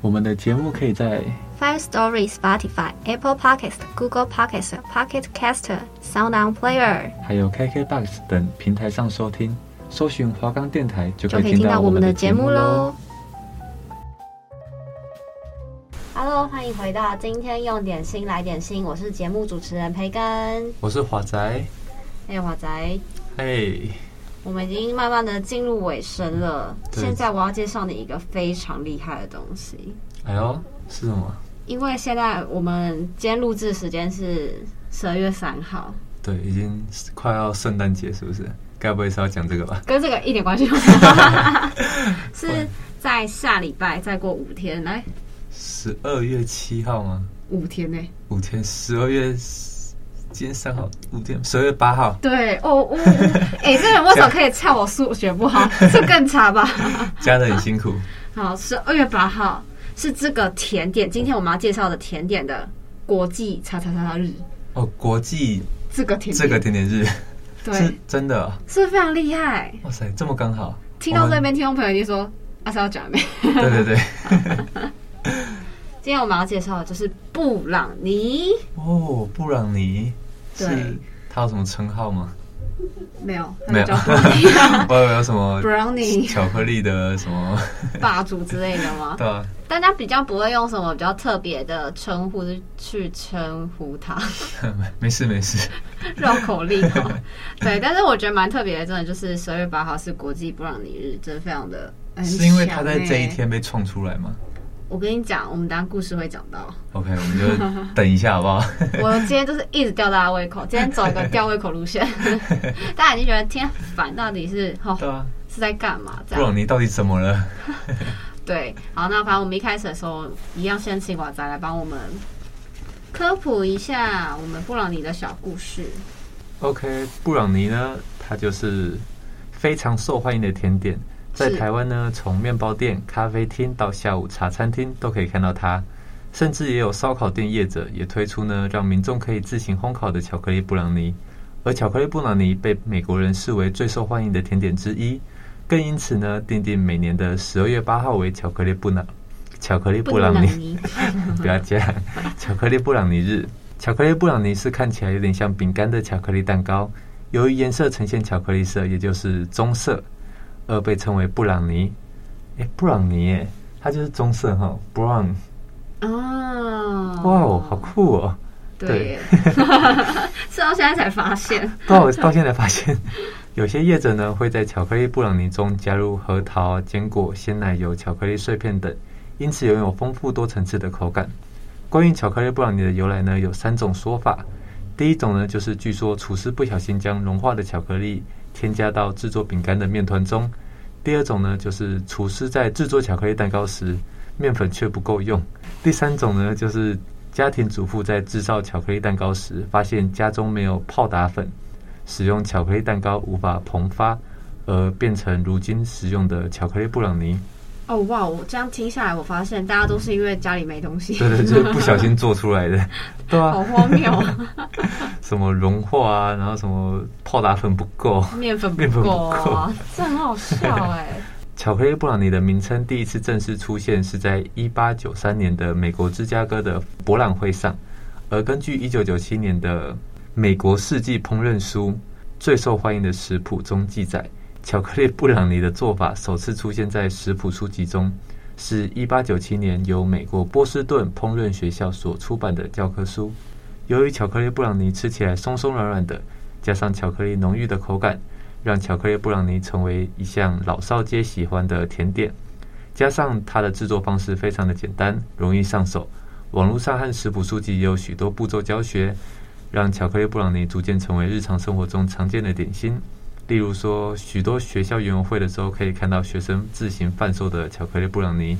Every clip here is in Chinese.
我们的节目可以在 Five Story、Spotify、Apple Podcast、Google Podcast、Pocket Caster、Sound On Player 还有 KKBox 等平台上收听，搜寻华冈电台就就可可以以听听到到我我们们的的节节目目喽喽。。Hello，欢迎回到今天用点心来点心，我是节目主持人培根。我是华仔，哎，华仔，嘿，我们已经慢慢的进入尾声了。对现在我要介绍你一个非常厉害的东西。哎呦，是什么？因为现在我们今天录制时间是十二月三号，对，已经快要圣诞节，是不是？该不会是要讲这个吧？跟这个一点关系都没 有，是在下礼拜再过五天，来十二月七号吗？五天呢、五天，十二月今天三号，五天，十二月八号，对，哦，我、哦、哎、这个人为什么可以猜我数学不 好？这更差吧？加的很辛苦。好，十二月八号是这个甜点，今天我们要介绍的甜点的国际叉叉叉叉日，哦，国际这个甜点， 这个甜点日是对，真的哦、是非常厉害。哇塞，这么刚好。听到我们这边，听众朋友一定说阿是要讲没？对对对， 今天我们要介绍的就是布朗尼，哦，布朗尼对是他有什么称号吗？ 没有，没有他就叫布朗 尼啊我有有什么 Brownie 巧克力的什 么？霸主之类的吗？对啊， 大家比较不会用什么比较特别的称呼去称呼他， 没事没事。绕口令 哦。对，但是我觉得蛮特别的，真的就是十二月八号是国际布朗尼日，真的非常的。很是因为他在强欸这一，天被创出来吗我跟你讲，我们等一下故事会讲到。 ？OK，我们就等一下好 不好？我今天就是一直吊大家胃口，今天走一个吊胃口路 线，大家已经觉得天啊烦，到底是哦对啊，是在干嘛？这布样朗尼到底怎么了？对，好，那反正我们一开始的时候，一样先请瓦仔来帮我们科普一下我们布朗尼的小故事。 OK，布朗尼呢，它就是非常受欢迎的甜点，在是台湾呢，从面包店、咖啡厅到下午茶餐厅都可以看到它，甚至也有烧烤店业者也推出呢，让民众可以自行烘烤的巧克力布朗尼。而巧克力布朗尼被美国人视为最受欢迎的甜点之一，更因此呢，定定每年的十二月八号为巧克力布朗巧克力布朗尼。 尼，不要这样。巧克力布朗尼日，巧克力布朗尼是看起来有点像饼干的巧克力蛋糕，由于颜色呈现巧克力色，也就是棕色，而被称为布朗尼。诶，布朗尼耶，它就是棕色哈、，brown。哦，哇哦，好酷哦！对对， 是到现在才发现， 到我到现在发现，有些业者呢会在巧克力布朗尼中加入核桃、坚果、鲜奶油、巧克力碎片等，因此拥有丰富多层次的口感。关于巧克力布朗尼的由来呢，有三种说法。第一种呢，就是据说厨师不小心将融化的巧克力添加到制作饼干的面团中；第二种呢，就是厨师在制作巧克力蛋糕时，面粉却不够用；第三种呢，就是家庭主妇在制造巧克力蛋糕时，发现家中没有泡打粉，使用巧克力蛋糕无法膨发，而变成如今使用的巧克力布朗尼。哦哇，我这样听下来，我发现大家都是因为家里没东西，对对，就是不小心做出来的，对好啊，荒谬啊，什么融化啊，然后什么泡打粉不够。面粉 面不粉不够啊够，这很好笑哎、巧克力布朗尼的名称第一次正式出现是在1893年的美国芝加哥的博览会上，而根据1997年的《美国世纪烹饪书》最受欢迎的食谱中记载，巧克力布朗尼的做法首次出现在食谱书籍中，是1897年由美国波士顿烹饪学校所出版的教科书。由于巧克力布朗尼吃起来松松软软的，加上巧克力浓郁的口感，让巧克力布朗尼成为一项老少皆喜欢的甜点。加上它的制作方式非常的简单，容易上手，网络上和食谱书籍也有许多步骤教学，让巧克力布朗尼逐渐成为日常生活中常见的点心。例如说，许多学校园游会的时候，可以看到学生自行贩售的巧克力布朗尼，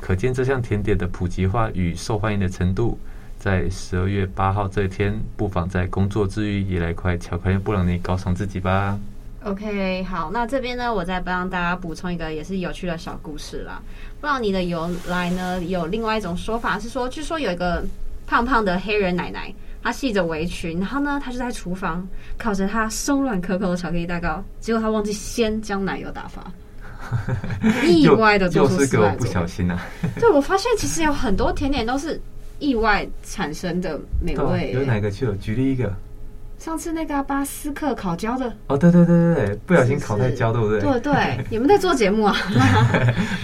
可见这项甜点的普及化与受欢迎的程度。在十二月八号这一天，不妨在工作之余也来块巧克力布朗尼犒赏自己吧。 OK，好，那这边呢，我再帮大家补充一个也是有趣的小故事啦。布朗尼的由来呢，有另外一种说法是说，据说有一个胖胖的黑人奶奶，她系着围裙，然后呢，她就在厨房烤着她松软可口的巧克力蛋糕，结果她忘记先将奶油打发， 意外的做又出是失给我败不作小心啊！对，我发现其实有很多甜点都是意外产生的美对啊，味有耶。哪个去了？举例一个。上次那个啊巴斯克烤焦的，哦，对对对对对，不小心是烤太焦，对不对？对对，你们在做节目啊？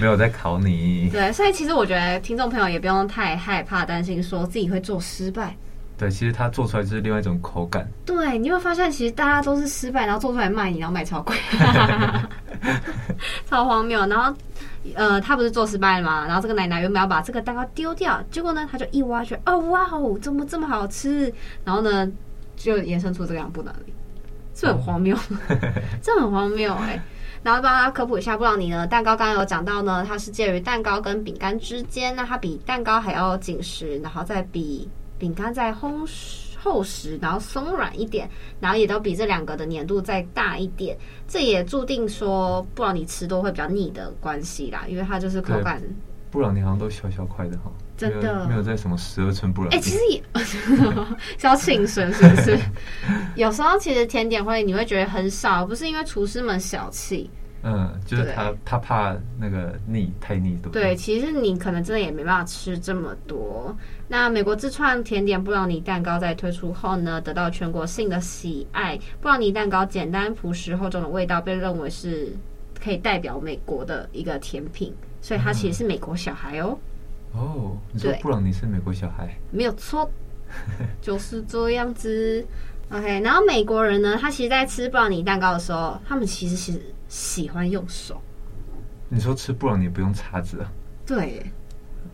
没有在考你。对，所以其实我觉得听众朋友也不用太害怕、担心，说自己会做失败。对，其实它做出来就是另外一种口感。对，你会发现其实大家都是失败，然后做出来卖你，然后卖超贵，超荒谬。然后，呃，他不是做失败了吗？然后这个奶奶原本要把这个蛋糕丢掉，结果呢，他就一挖掘，哦哇哦，怎么这么好吃？然后呢，就衍生出这两步能力，这很荒谬， 这很荒谬哎、然后帮大家科普一下，布朗尼呢，蛋糕刚刚有讲到呢，它是介于蛋糕跟饼干之间，那它比蛋糕还要紧实，然后再比饼干再烘厚实，然后松软一点，然后也都比这两个的粘度再大一点，这也注定说布朗尼吃多会比较腻的关系啦，因为它就是口感。布朗尼好像都小小块的哈，真没有的没有在什么十二寸布朗哎、尼。其实也 是要庆生，是不是？有时候其实甜点会你会觉得很少，不是因为厨师们小气，嗯，就是他他怕那个腻太腻，对不对，？其实你可能真的也没办法吃这么多。那美国自创甜点布朗尼蛋糕在推出后呢，得到全国性的喜爱。布朗尼蛋糕简单朴实厚重的味道被认为是可以代表美国的一个甜品，所以它其实是美国小孩哦，哦，你说对布朗尼是美国小孩，没有错， 就是这样子。OK，然后美国人呢，他其实在吃布朗尼蛋糕的时候，他们其实是喜欢用手。你说吃布朗尼不用叉子啊？对，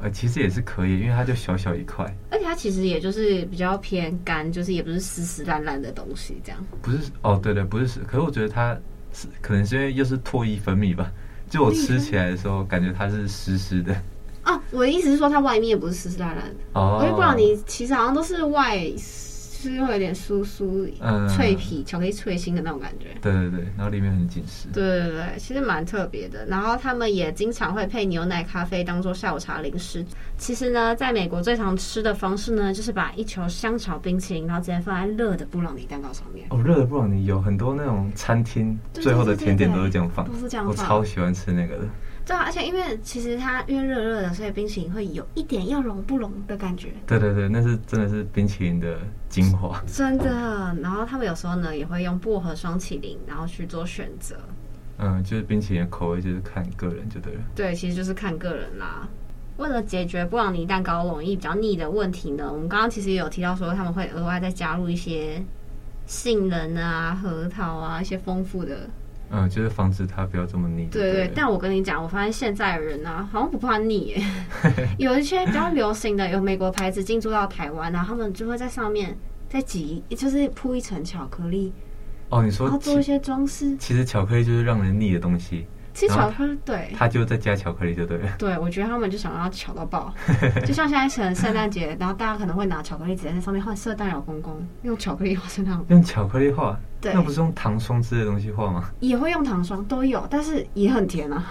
呃，其实也是可以，因为它就小小一块，而且它其实也就是比较偏干，就是也不是湿湿烂烂的东西这样。不是哦，对对，不是，可是我觉得它是可能是因为又是唾液分 泌吧，就我吃起来的时候感觉它是湿湿的。哦，我的意思是说它外面也不是湿湿烂烂的，哦，因为布朗尼其实好像都是外，就是会有点酥酥、嗯脆皮、巧克力脆心的那种感觉。对对对，然后里面很紧实。对对对，其实蛮特别的。然后他们也经常会配牛奶、咖啡当做下午茶零食。其实呢，在美国最常吃的方式呢，就是把一球香草冰淇淋，然后直接放在热的布朗尼蛋糕上面。哦，热的布朗尼有很多那种餐厅对最后的甜点都是这样放，对对对都是这样放我哦超喜欢吃那个的。对啊，而且因为其实它因为热热的，所以冰淇淋会有一点要融不融的感觉。对对对，那是真的是冰淇淋的精华。真的，然后他们有时候呢也会用薄荷双麒麟，然后去做选择。嗯，就是冰淇淋的口味就是看个人就对了。对，其实就是看个人啦。为了解决布朗尼蛋糕容易比较腻的问题呢，我们刚刚其实也有提到说他们会额外再加入一些杏仁啊、核桃啊一些丰富的。嗯，就是防止它不要这么腻。对对对了，但我跟你讲，我发现现在的人啊，好像不怕腻 耶。有一些比较流行的，有美国牌子进驻到台湾，然后他们就会在上面再挤，就是铺一层巧克力，哦，你然后说做一其些装饰。其实巧克力就是让人腻的东西，其实然巧后克力对，它就再加巧克力就对了。对，我觉得他们就想要巧到 爆，就像现在可能圣诞节，然后大家可能会拿巧克力直接在上面画圣诞老公公，用巧克力画圣诞老公用巧克力画，对那不是用糖霜之类的东西画吗？也会用糖霜，都有，但是也很甜 啊。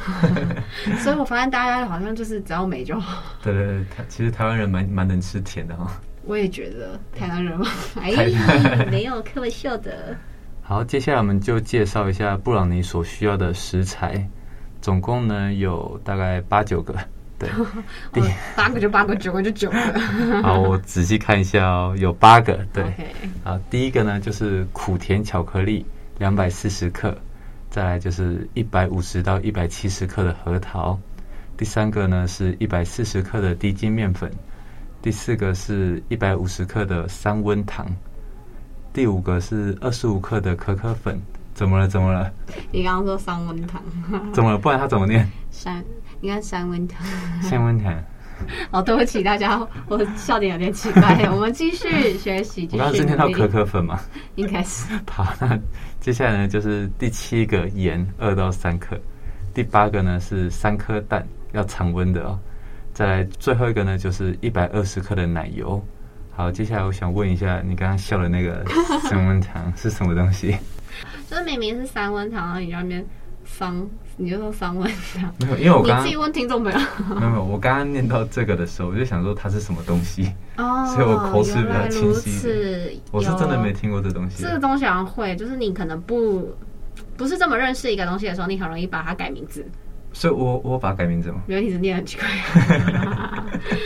所以我发现大家好像就是只要美就好，对对对，它其实台湾人蛮蛮能吃甜的哈、我也觉得台南人嘛，哎台，没有开玩笑的。 好，接下来我们就介绍一下布朗尼所需要的食材，总共呢有大概八九个。 对，第哦八个就八个，九个就九个。好，我仔细看一下哦，有八个。对， OK，好，啊第一个呢就是苦甜巧克力，两百四十克，再来就是一百五十到一百七十克的核桃，第三个呢是一百四十克的低筋面粉，第四个是一百五十克的三温糖，第五个是二十五克的可可粉。怎么了？怎么了？你刚刚说三温糖，怎么了？不然他怎么念？三，你看三温糖，三温糖。好，对不起大家，我笑点有点奇怪。 我们继续学习，继我刚刚续是念到努可力。可粉嘛？应该是好， 那接下来呢就是第七个盐二到三克，第八个呢是三颗蛋，要常温的哦。再来最后一个呢就是一百二十克的奶油。好，接下来我想问一下，你刚刚笑的那 个三温糖是什么东西？就是明明是三温糖，然后你在那边桑，你就说三温糖。 没有，因为我你刚自己问听众朋友。刚没有没有，我刚刚念到这个的时候，我就想说它是什么东西，哦 所以我口齿比较原来清如晰一点此我是真的有没听过这东西这。个东西好像会，就是你可能不不是这么认识一个东西的时候，你很容易把它改名字，所以我我把它改名字嘛，因为你是念得很奇 怪。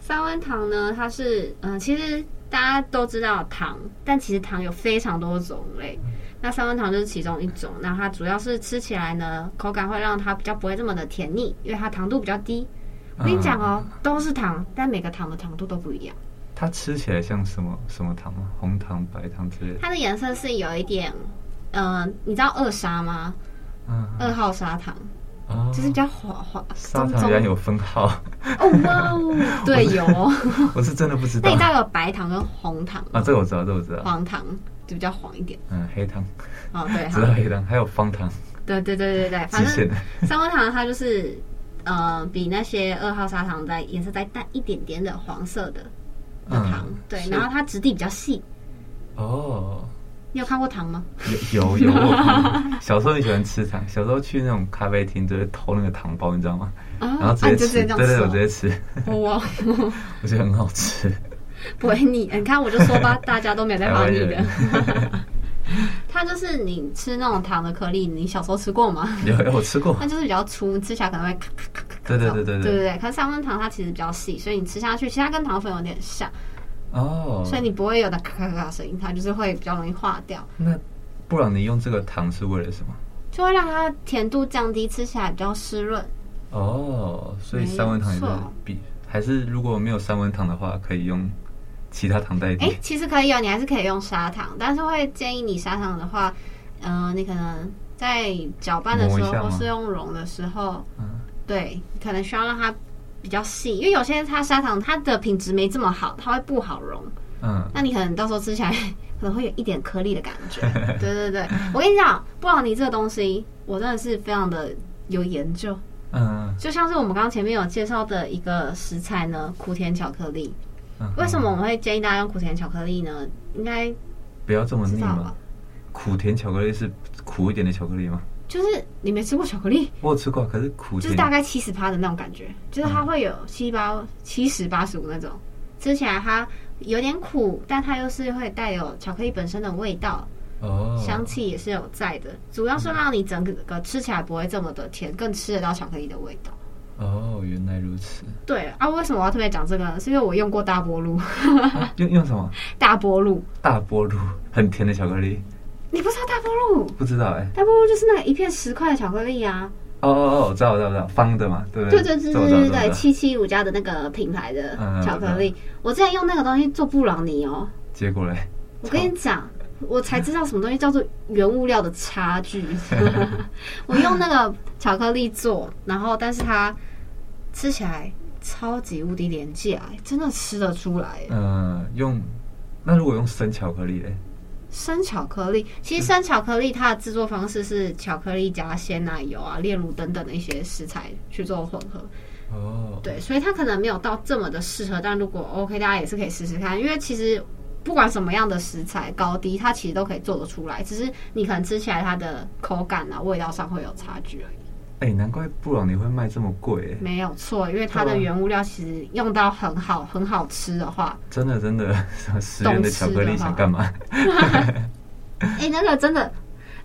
三温糖呢，它是嗯、呃其实大家都知道糖，但其实糖有非常多种类。那三温糖就是其中一种，那它主要是吃起来呢，口感会让它比较不会这么的甜腻，因为它糖度比较低。我跟你讲哦，嗯都是糖，但每个糖的糖度都不一样。它吃起来像什么什么糖吗？红糖、白糖之类的。它的颜色是有一点，嗯、你知道二砂吗？嗯，二号砂糖，哦呃就是比较滑滑砂中糖中原来有分号。哦哇哦，对有哦。我是真的不知那道你知道有白糖跟红糖吗啊，这个我知道，这个我知道。黄糖就比较黄一点嗯，黑糖，哦，对，好知道黑糖，还有方糖，对对对对对，反极限正的。三温糖它就是呃比那些二号砂糖再颜色再淡一点点的黄色的的糖，对，嗯是然后它质地比较细。哦，你有看过糖吗？有有有，我看过小时候很喜欢吃糖，小时候去那种咖啡厅就会偷那个糖包，你知道吗？啊然后啊直你就直接接吃，这样对对，吃我哦直接吃，哇， 我觉得很好哦吃。不会腻。你看我就说吧，大家都 没有在台发湾腻人的。 它就是你吃那种糖的颗粒，你小时候吃过吗？ 有有我吃过那，就是比较粗，你吃起来可能会咔咔咔咔咔。对对这对对样对对对可是三温糖它其实比较细，所以你吃下去，其实它跟糖粉有点像，哦，所以你不会有的咔咔咔的声音，它就是会比较容易化掉，那布朗尼用这个糖是为了什么？就会让它甜度降低，吃起来比较湿润。哦，所以没有三温糖也是错比，还是如果没有三温糖的话，可以用其他糖代替。哎、其实可以哦，你还是可以用砂糖，但是会建议你砂糖的话，嗯、你可能在搅拌的时磨一下候，吗或是用融的时候，嗯对，可能需要让它比较细，因为有些它砂糖它的品质没这么好，它会不好融。嗯，那你可能到时候吃起来 可能会有一点颗粒的感 觉。对对对，我跟你讲，布朗尼这个东西，我真的是非常的有研究。嗯就像是我们刚刚前面有介绍的一个食材呢，苦甜巧克力。嗯，为什么我们会建议大家用苦甜巧克力呢？应该不要这么知腻道嘛吧？？苦甜巧克力是苦一点的巧克力吗？就是你没吃过巧克力，我有吃过，可是苦就是甜大概七十趴的那种感觉，就是它会有七八、七十、八十五那种。吃起来它有点苦，但它又是会带有巧克力本身的味道，哦，香气也是有在的，主要是让你整个吃起来不会这么的甜，更吃得到巧克力的味道。哦，原来如此。对啊，为什么我要特别讲这个呢？是因为我用过大波露，啊用用什么？ 大波露，大波露，很甜的巧克力，你不知道大波露？不知道哎、大波露就是那个一片十块的巧克力啊，哦哦哦，我知道，我知道，我知道，方的嘛，对不对对对？对这对我知对道这我知对，道七七五家的那个品牌的嗯巧克力，我之前用那个东西做布朗尼哦，结果嘞，我跟你讲，我才知道什么东西叫做原物料的差 距。 我用那个巧克力做，然后但是它吃起来超级无敌廉价，真的吃得出来。嗯、用那如果用生巧克力嘞，生巧克力，其实生巧克力它的制作方式是巧克力加鲜奶油啊、炼乳等等的一些食材去做混合。哦，对，所以它可能没有到这么的适合，但如果 OK，大家也是可以试试看，因为其实不管什么样的食材高低，它其实都可以做得出来，只是你可能吃起来它的口感啊、味道上会有差距而已。哎、难怪布朗尼会卖这么贵、哎，没有错，因为它的对啊原物料其实用到很好、很好吃的话，真的真的， 什么十元的巧克懂吃力的想干嘛？哎、那个真的，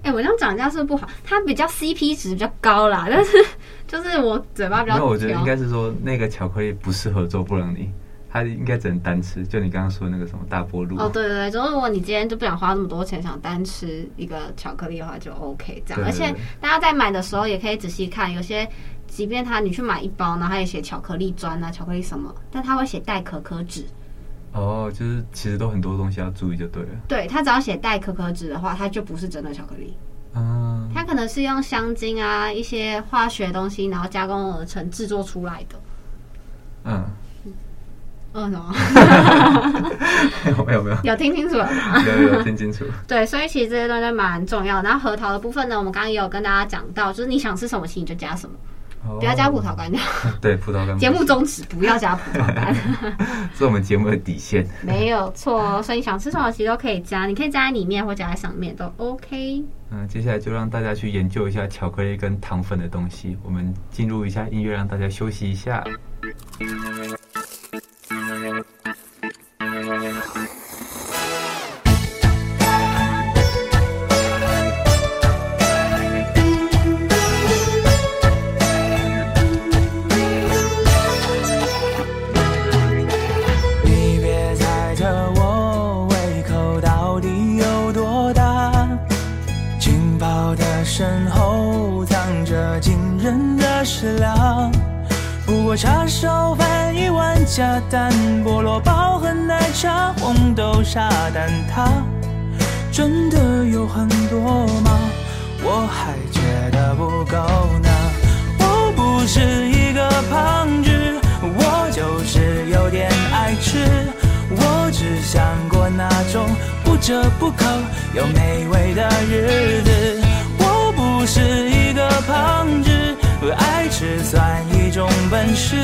哎、我这样讲人家是不是不好，它比较 CP 值比较高啦，但是 就是我哦嘴巴比较那我觉得挑应该是说那个巧克力不适合做布朗尼，它应该只能单吃。就你刚刚说那个什么大波露，哦，对对对，就是如果你今天就不想花那么多钱，想单吃一个巧克力的话，就 OK 这样。对对对而且大家在买的时候也可以仔细看，有些即便它你去买一包，然后它也写巧克力砖啊、巧克力什么，但它会写带可可脂。哦，就是其实都很多东西要注意就对了。对，它只要写带可可脂的话，它就不是真的巧克力，嗯，它可能是用香精啊一些化学东西，然后加工而成制作出来的。嗯， 嗯，什么？ 没有没有，有听清楚了吗？ 有有听清楚。对，所以其实这些东西都蛮重要的。然后核桃的部分呢，我们刚刚也有跟大家讲到，就是你想吃什么，其实你就加什么，不要加葡萄。干。哦对，葡萄干。节目宗旨不要加葡萄干，是我们节目的底线。没有错。哦所以你想吃什么，其实都可以加，你可以加在里面或加在上面都 OK。嗯，接下来就让大家去研究一下巧克力跟糖粉的东西。我们进入一下音乐，让大家休息一下。你别猜测我胃口到底有多大，劲爆的身后藏着惊人的食量。不过叉烧饭一碗加蛋，菠萝包和奶茶，红豆沙蛋挞，真的有很多吗？我还觉得不够呢。我不是一个胖子，我就是有点爱吃。我只想过那种不折不扣又美味的日子。我不是一个胖子，爱吃算一种本事。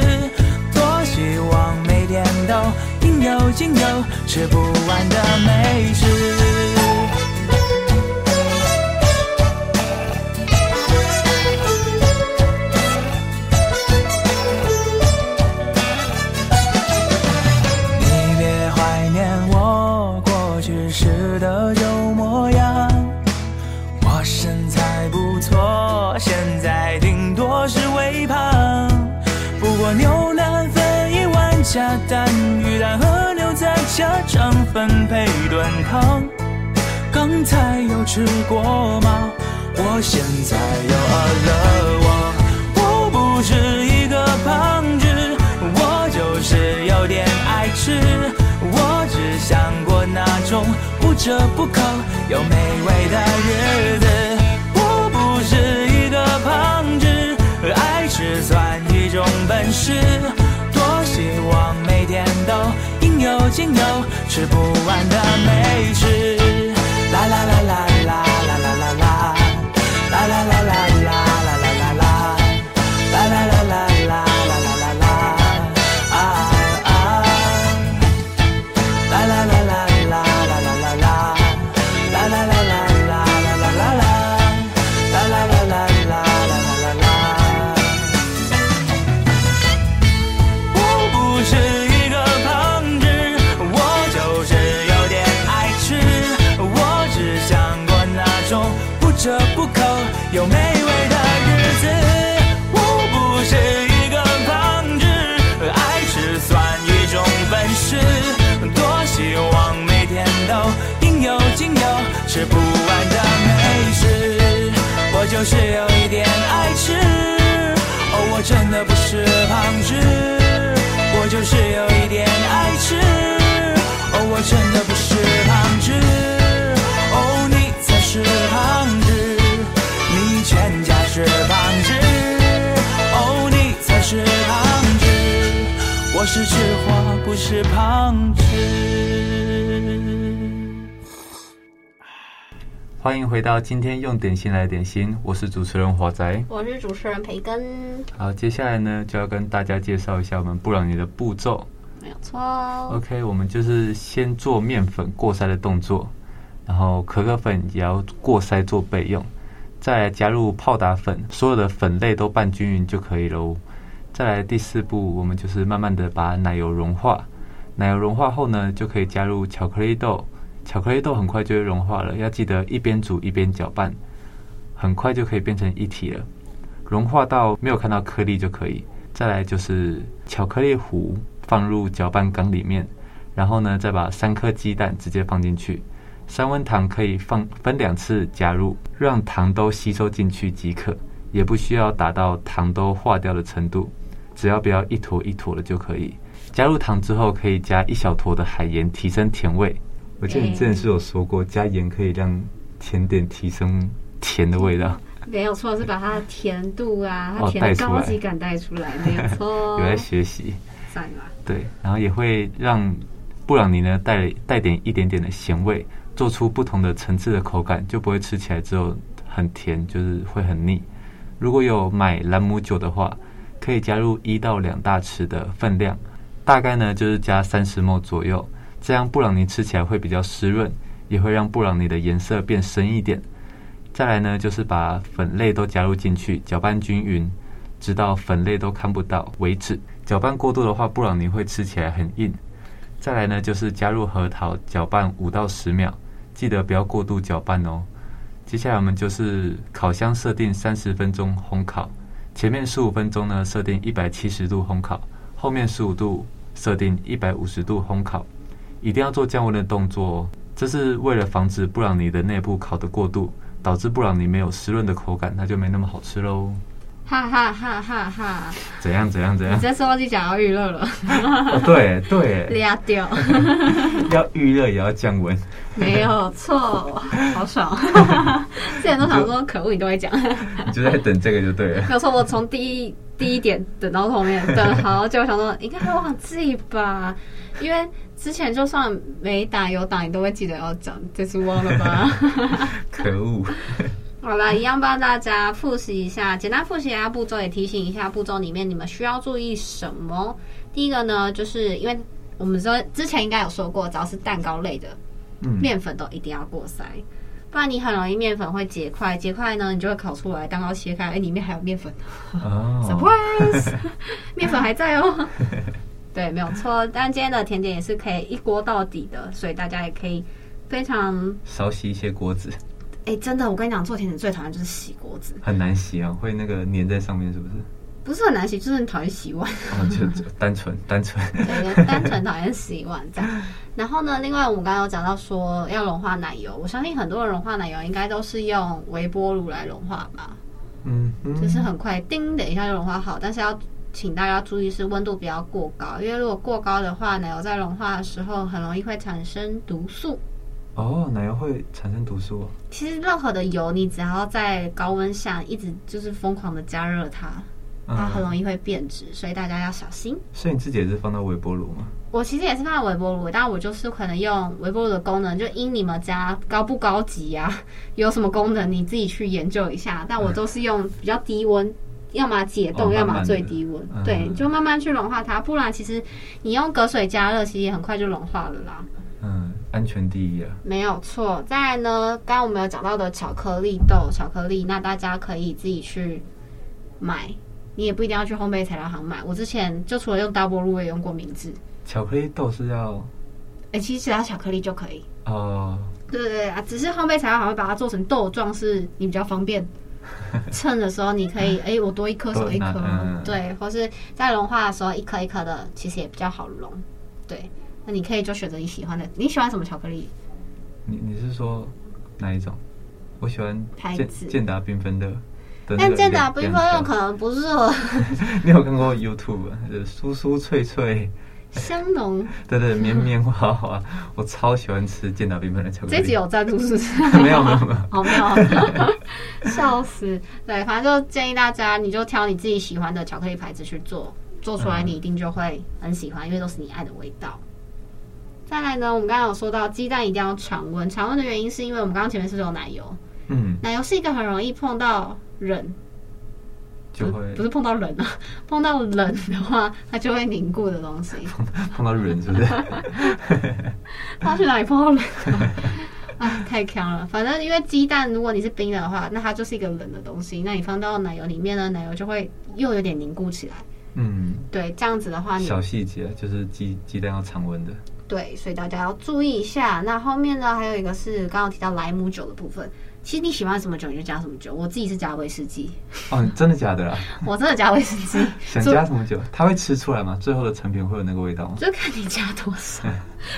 多希望每天都应有尽有，吃不完的美食。你别怀念我过去时的旧模样，我身材不错，现在顶多是微胖。不过牛腩粉一碗加蛋，鱼蛋和牛杂加肠粉配炖汤。刚才有吃过吗？我现在又饿了我。我不是一个胖子，我就是有点爱吃。我只想过那种不折不扣又美味的日子。我不是一个胖子，爱吃算一种本事。多希望每天都应有尽有，吃不完的美食。啦啦啦啦啦啦啦啦啦，啦啦啦啦啦啦啦啦啦，啦啦啦啦啦啦啦啦啦，啊啊，啦啦啦啦啦啦啦啦啦，啦啦啦啦啦啦啦啦啦，啦啦啦啦啦啦啦啦。我不是一个胖子，我就是有点爱吃。我只想过那种不折不扣又美味的日子。我不是一个胖子，爱吃算一种本事。多希望每天都应有尽有，吃不完的美食。我就是有一点爱吃，哦，我真的不是胖子。我就是有一点爱吃，哦，我真的不是胖子，哦，你才是胖子，你全家是胖子，哦，你才是胖子，我是吃货，不是胖子。欢迎回到今天用点心来点心，我是主持人华仔。我是主持人培根，好，接下来呢就要跟大家介绍一下我们布朗尼的步骤。没有错。哦 OK，我们就是先做面粉过筛的动作，然后可可粉也要过筛做备用，再来加入泡打粉，所有的粉类都拌均匀就可以喽。再来第四步，我们就是慢慢的把奶油融化，奶油融化后呢，就可以加入巧克力豆，巧克力豆很快就会融化了，要记得一边煮一边搅拌，很快就可以变成一体了。融化到没有看到颗粒就可以。再来就是巧克力糊放入搅拌缸里面，然后呢再把三颗鸡蛋直接放进去。三温糖可以放分两次加入，让糖都吸收进去即可，也不需要达到糖都化掉的程度，只要不要一坨一坨的就可以。加入糖之后，可以加一小坨的海盐，提升甜味。我记得你之前是有说过，加盐可以让甜点提升甜的味道。没有错，是把它的甜度啊，它哦甜的带出高来级感带出来，没有错哦有。在学习。赞啊啦，对，然后也会让布朗尼呢带带点一点点的咸味，做出不同的层次的口感，就不会吃起来只有很甜，就是会很腻。如果有买兰姆酒的话，可以加入一到两大匙的分量，大概呢就是加三十 ml 左右，这样布朗尼吃起来会比较湿润，也会让布朗尼的颜色变深一点。再来呢，就是把粉类都加入进去，搅拌均匀，直到粉类都看不到为止。搅拌过度的话，布朗尼会吃起来很硬。再来呢，就是加入核桃，搅拌五到十秒，记得不要过度搅拌哦。接下来我们就是烤箱设定三十分钟烘烤，前面十五分钟呢设定一百七十度烘烤，后面十五度设定一百五十度烘烤，一定要做降温的动作哦。这是为了防止布朗尼的内部烤得过度，导致布朗尼没有湿润的口感，那就没那么好吃喽。哈哈哈哈哈！怎样怎样怎样你？这次忘记讲要预热了， 哦、对对，俩掉，要预热也要降温。 没有错，哇好爽。 之前都想 说，可恶，你都会讲。你就在等这个就对了。没有错，我从第一第一点等到后面，等了好久，想说应该还忘记吧，因为之前就算没打有打，你都会记得要讲，这次忘了吧？可恶！好啦，一样帮大家复习一下，简单复习一下步骤，也提醒一下步骤里面你们需要注意什么。第一个呢，就是因为我们说之前应该有说过，只要是蛋糕类的，嗯，面粉都一定要过筛，不然你很容易面粉会结块，结块呢你就会烤出来蛋糕切开，哎、里面还有面粉。哦， surprise，面粉还在哦。对，没有错。但今天的甜点也是可以一锅到底的，所以大家也可以非常……少洗一些锅子，哎、真的，我跟你讲，做甜点最讨厌就是洗锅子，很难洗啊，会那个粘在上面，是不是？不是很难洗，就是很讨厌洗碗，哦，就就 单纯单纯。对，就单纯讨厌洗碗这样。然后呢，另外我们刚刚有讲到说要融化奶油，我相信很多人融化奶油应该都是用微波炉来融化吧。嗯，嗯就是很快，叮的一下就融化好，但是要请大家注意是温度不要过高，因为如果过高的话，奶油在融化的时候很容易会产生毒素。哦，奶油会产生毒素哦。其实任何的油，你只要在高温下一直就是疯狂的加热它，它很容易。易会变质，所以大家要小心。所以你自己也是放到微波炉吗？我其实也是放在微波炉，但我就是可能用微波炉的功能，就因你们家高不高级呀、 有什么功能你自己去研究一下。但我都是用比较低温，要么解冻，嗯哦要慢么慢最的低温，嗯对，就慢慢去融化它。不然其实你用隔水加热，其实也很快就融化了啦。嗯，安全第一啊。没有错。再来呢，刚刚我们有讲到的巧克力豆、巧克力，那大家可以自己去买。你也不一定要去烘焙材料行买，我之前就除了用 Double 我也用过明治，巧克力豆是要哎、其实其他巧克力就可以。哦，对对对啊，只是烘焙材料好像把它做成豆状，是你比较方 便。称的时候你可以，哎、我多一颗少一颗多拿嗯，对，或是在融化的时候一颗一颗的，其实也比较好融。对，那你可以就选择你喜欢的，你喜欢什么巧克力？你你是说哪一种？我喜欢牌健子健达缤纷的。的那但个健达两缤两纷又条可能不适 合你有看过 YouTube 啊就是酥酥脆脆，香浓。对 对，绵绵滑滑，我超喜欢吃健达缤纷的巧克力。这集有赞助是不是？ 没有没有没 有，好妙，哦 笑死！对，反正就建议大家，你就挑你自己喜欢的巧克力牌子去做，做出来你一定就会很喜欢，因为都是你爱的味道。再来呢，我们刚刚有说到鸡蛋一定要常温，常温的原因是因为我们刚刚前面是不是有奶油？嗯，奶油是一个很容易碰到人，就不会是不是碰到人啊，碰到冷的话， 它就会凝固的东西。碰到人， 是不是？他去哪里碰到冷啊？ 哎，太强了！反正因为鸡蛋，如果你是冰的话，那它就是一个冷的东西。那你放到奶油里面呢，奶油就会又有点凝固起来。嗯，对，这样子的话你，小细节就是鸡鸡蛋要常温的，对，所以大家要注意一下。那后面呢，还有一个是刚刚提到莱姆酒的部分。其实你喜欢什么酒你就加什么酒。我自己是加威士忌，哦，真的假的 啦？我真的加威士忌，想加什么酒？它会吃出来吗？最后的成品会有那个味道吗？就看你加多少。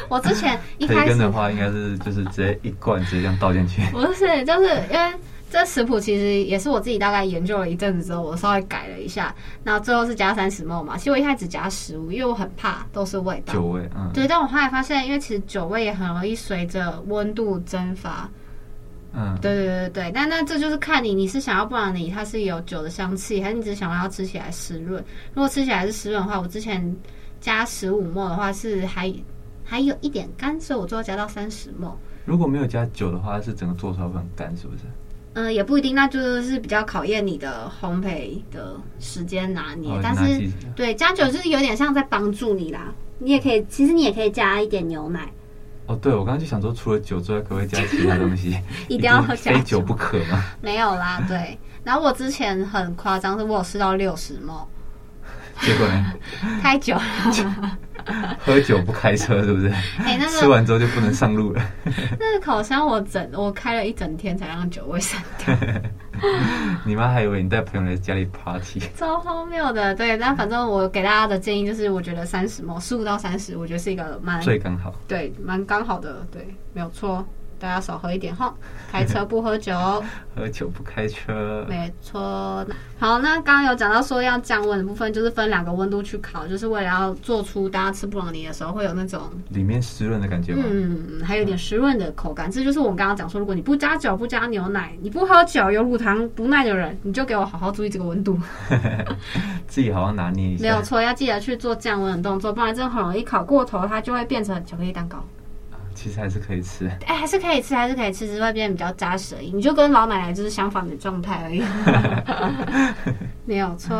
我之前一 培开根始的话，应该是就是直接一罐直接这样倒进 去。不是，就是因为这食谱其实也是我自己大概研究了一阵子之后，我稍微改了一下，那最后是加三十 ml 嘛。其实我一开始只加十五，因为我很怕都是味道酒。味，嗯，对，但我后来发现，因为其实酒味也很容易随着温度蒸发嗯，对对对对，但那这就是看你，你是想要布朗尼它是有酒的香气，还是你只想要吃起来湿润？如果吃起来是湿润的话，我之前加十五沫的话是还还有一点干，所以我最后加到三十沫。如果没有加酒的话，是整个做出来会很干，是不是？嗯、也不一定，那就是比较考验你的烘焙的时间拿捏，哦但拿是技巧对加酒就是有点像在帮助你啦。你也可以，其实你也可以加一点牛 奶，哦，对，我刚刚就想说，除了酒之外，可不可以加其他东西？ 一定要加非酒不可吗？ 没有啦，对。然后我之前很夸张，是我有吃到六十沫，结 果呢， 太久了。喝酒不开车，是不是？哎、那吃个完之后就不能上路了。 那个烤箱我整我开了一整天才让酒味散 掉，你妈还以为你带朋友来家里 party，超荒谬的。对，但反正我给大家的建议就是，我觉得三十沫，十五到三十，我觉得是一个蛮最刚好。对蛮刚好的，对，没有错。大家少喝一点哈，开车不喝酒。喝酒不开车，没错。好，那刚刚有讲到说要降温的部分，就是分两个温度去烤，就是为了要做出大家吃布朗尼的时候会有那种里面湿润的感觉吗？嗯，还有点湿润的口感。这就是我们刚刚讲说，如果你不加酒、不加牛奶、你不喝酒、有乳糖不耐的人，你就给我好好注意这个温度。自己好好拿捏一没有下。错，要记得去做降温的动作，不然真的很容易烤过头，它就会变成巧克力蛋糕。其实还是可以吃。哎，还是可以吃，还是可以吃，只是会变得比较扎实而已。你就跟老奶奶就是相反的状态 而已。没有错。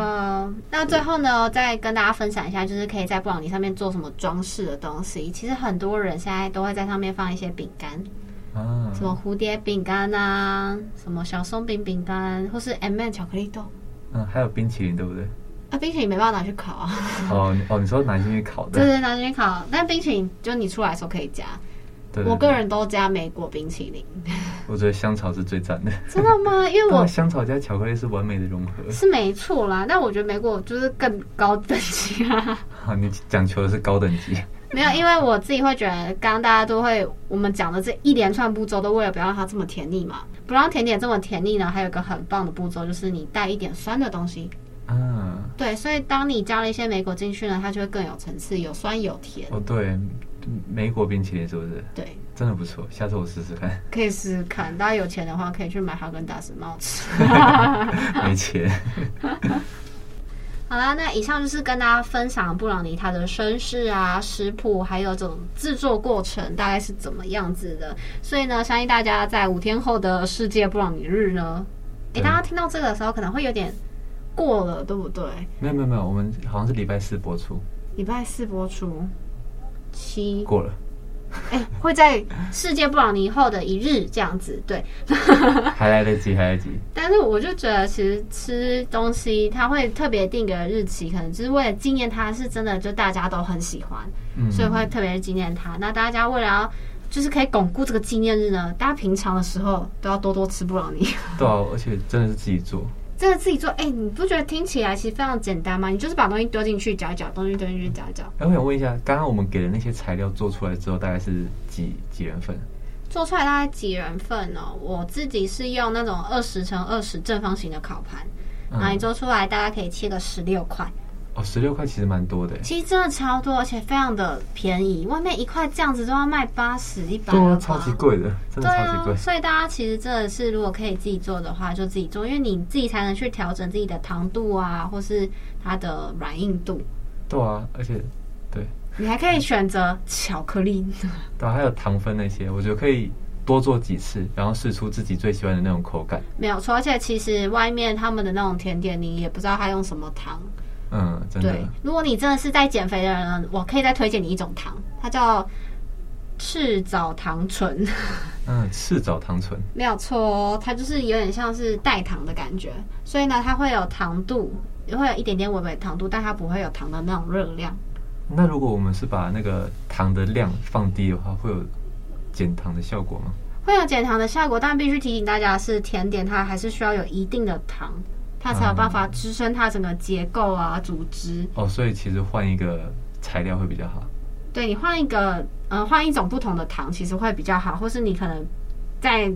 那最后呢，再跟大家分享一下，就是可以在布朗尼上面做什么装饰的东西。其实很多人现在都会在上面放一些饼干，啊，什么蝴蝶饼干啊，什么小松饼饼干，或是 M、M 巧克力豆。嗯，还有冰淇淋，对不对？啊，冰淇淋没办法拿去烤啊，哦你哦，你说拿进去烤对 的？对，拿去烤。但冰淇淋就你出来的时候可以加，对对我对个人都加莓果冰淇淋。我觉得香草是最赞的。真的吗？因为哇，我 香草加巧克力是完美的融合。 是没错啦，但我觉得莓果就是更高等级啊。 啊，你讲求的是高等级。没有，因为我自己会觉得，刚刚大家都会我们讲的这一连串步骤，都为了不要让它这么甜腻嘛，不让甜点这么甜腻呢，还有一个很棒的步骤就是你带一点酸的东西。啊，对，所以当你加了一些莓果进去呢，它就会更有层次，有酸有甜。哦对，梅果冰淇淋是不是？对，真的不错，下次我试试看。 可以试试看，大家有钱的话可以去买哈根达斯猫吃。没钱。 好啦，那以上就是跟大家分享布朗尼它的身世啊、食谱，还有这种制作过程大概是怎么样子的。所以呢，相信大家在五天后的世界布朗尼日呢，诶、对大家听到这个的时候可能会有点过了，对不对？没有没有没有，我们好像是礼拜四播出，礼拜四播出，七过了，诶、会在世界布朗尼后的一日这样子，对。还来得及，还来得及。但是我就觉得，其实吃东西它会特别定个日期，可能就是为了纪念它是真的，就大家都很喜欢，嗯所以会特别纪念它。那大家为了要就是可以巩固这个纪念日呢，大家平常的时候都要多多吃布朗尼。 对啊，而且真的是自己做，真的自己做，哎、你不觉得听起来其实非常简单吗？你就是把东西丢进去搅一搅，东西丢进去搅一搅，哎，我想问一下，刚刚我们给的那些材料做出来之后，大概是几几人份？做出来大概几人份呢、我自己是用那种二十乘二十正方形的烤盘，嗯然后你做出来大概可以切个十六块。哦，十六块其实蛮多的。欸其实真的超多，而且非常的便宜，外面一块这样子都要卖八十、一百对啊，了吧？超级贵的，对真的超级啊贵，。所以大家其实真的是，如果可以自己做的话，就自己做，因为你自己才能去调整自己的糖度啊，或是它的软硬度。对啊，而且对你还可以选择巧克 力，对啊，还有糖分那些，我觉得可以多做几次，然后试出自己最喜欢的那种口感。没有错。而且其实外面他们的那种甜点，你也不知道它用什么糖。嗯，真的对，如果你真的是在减肥的人，我可以再推荐你一种糖，它叫赤藻糖醇。嗯，赤藻糖醇，没有错哦，它就是有点像是代糖的感觉，所以呢，它会有糖度，会有一点点微微的糖度，但它不会有糖的那种热量。那如果我们是把那个糖的量放低的话，会有减糖的效果吗？会有减糖的效果，但必须提醒大家的是，甜点它还是需要有一定的糖，它才有办法支撑它整个结构啊、组织。哦，所以其实换一个材料会比较好。对你换一个，呃，换一种不同的糖，其实会比较好，或是你可能在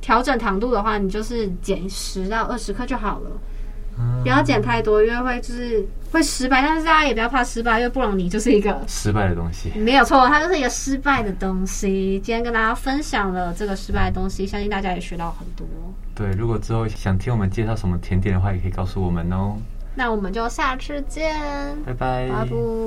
调整糖度的话，你就是减十到二十克就好了。嗯不要剪太多，因为会就是会失败，但是大家也不要怕失败，因为布朗尼就是一 个失败的东西。没有错，它就是一个失败的东西。今天跟大家分享了这个失败的东西，相信大家也学到很多。对，如果之后想听我们介绍什么甜点的话，也可以告诉我们哦。那我们就下次见，拜拜。拜拜。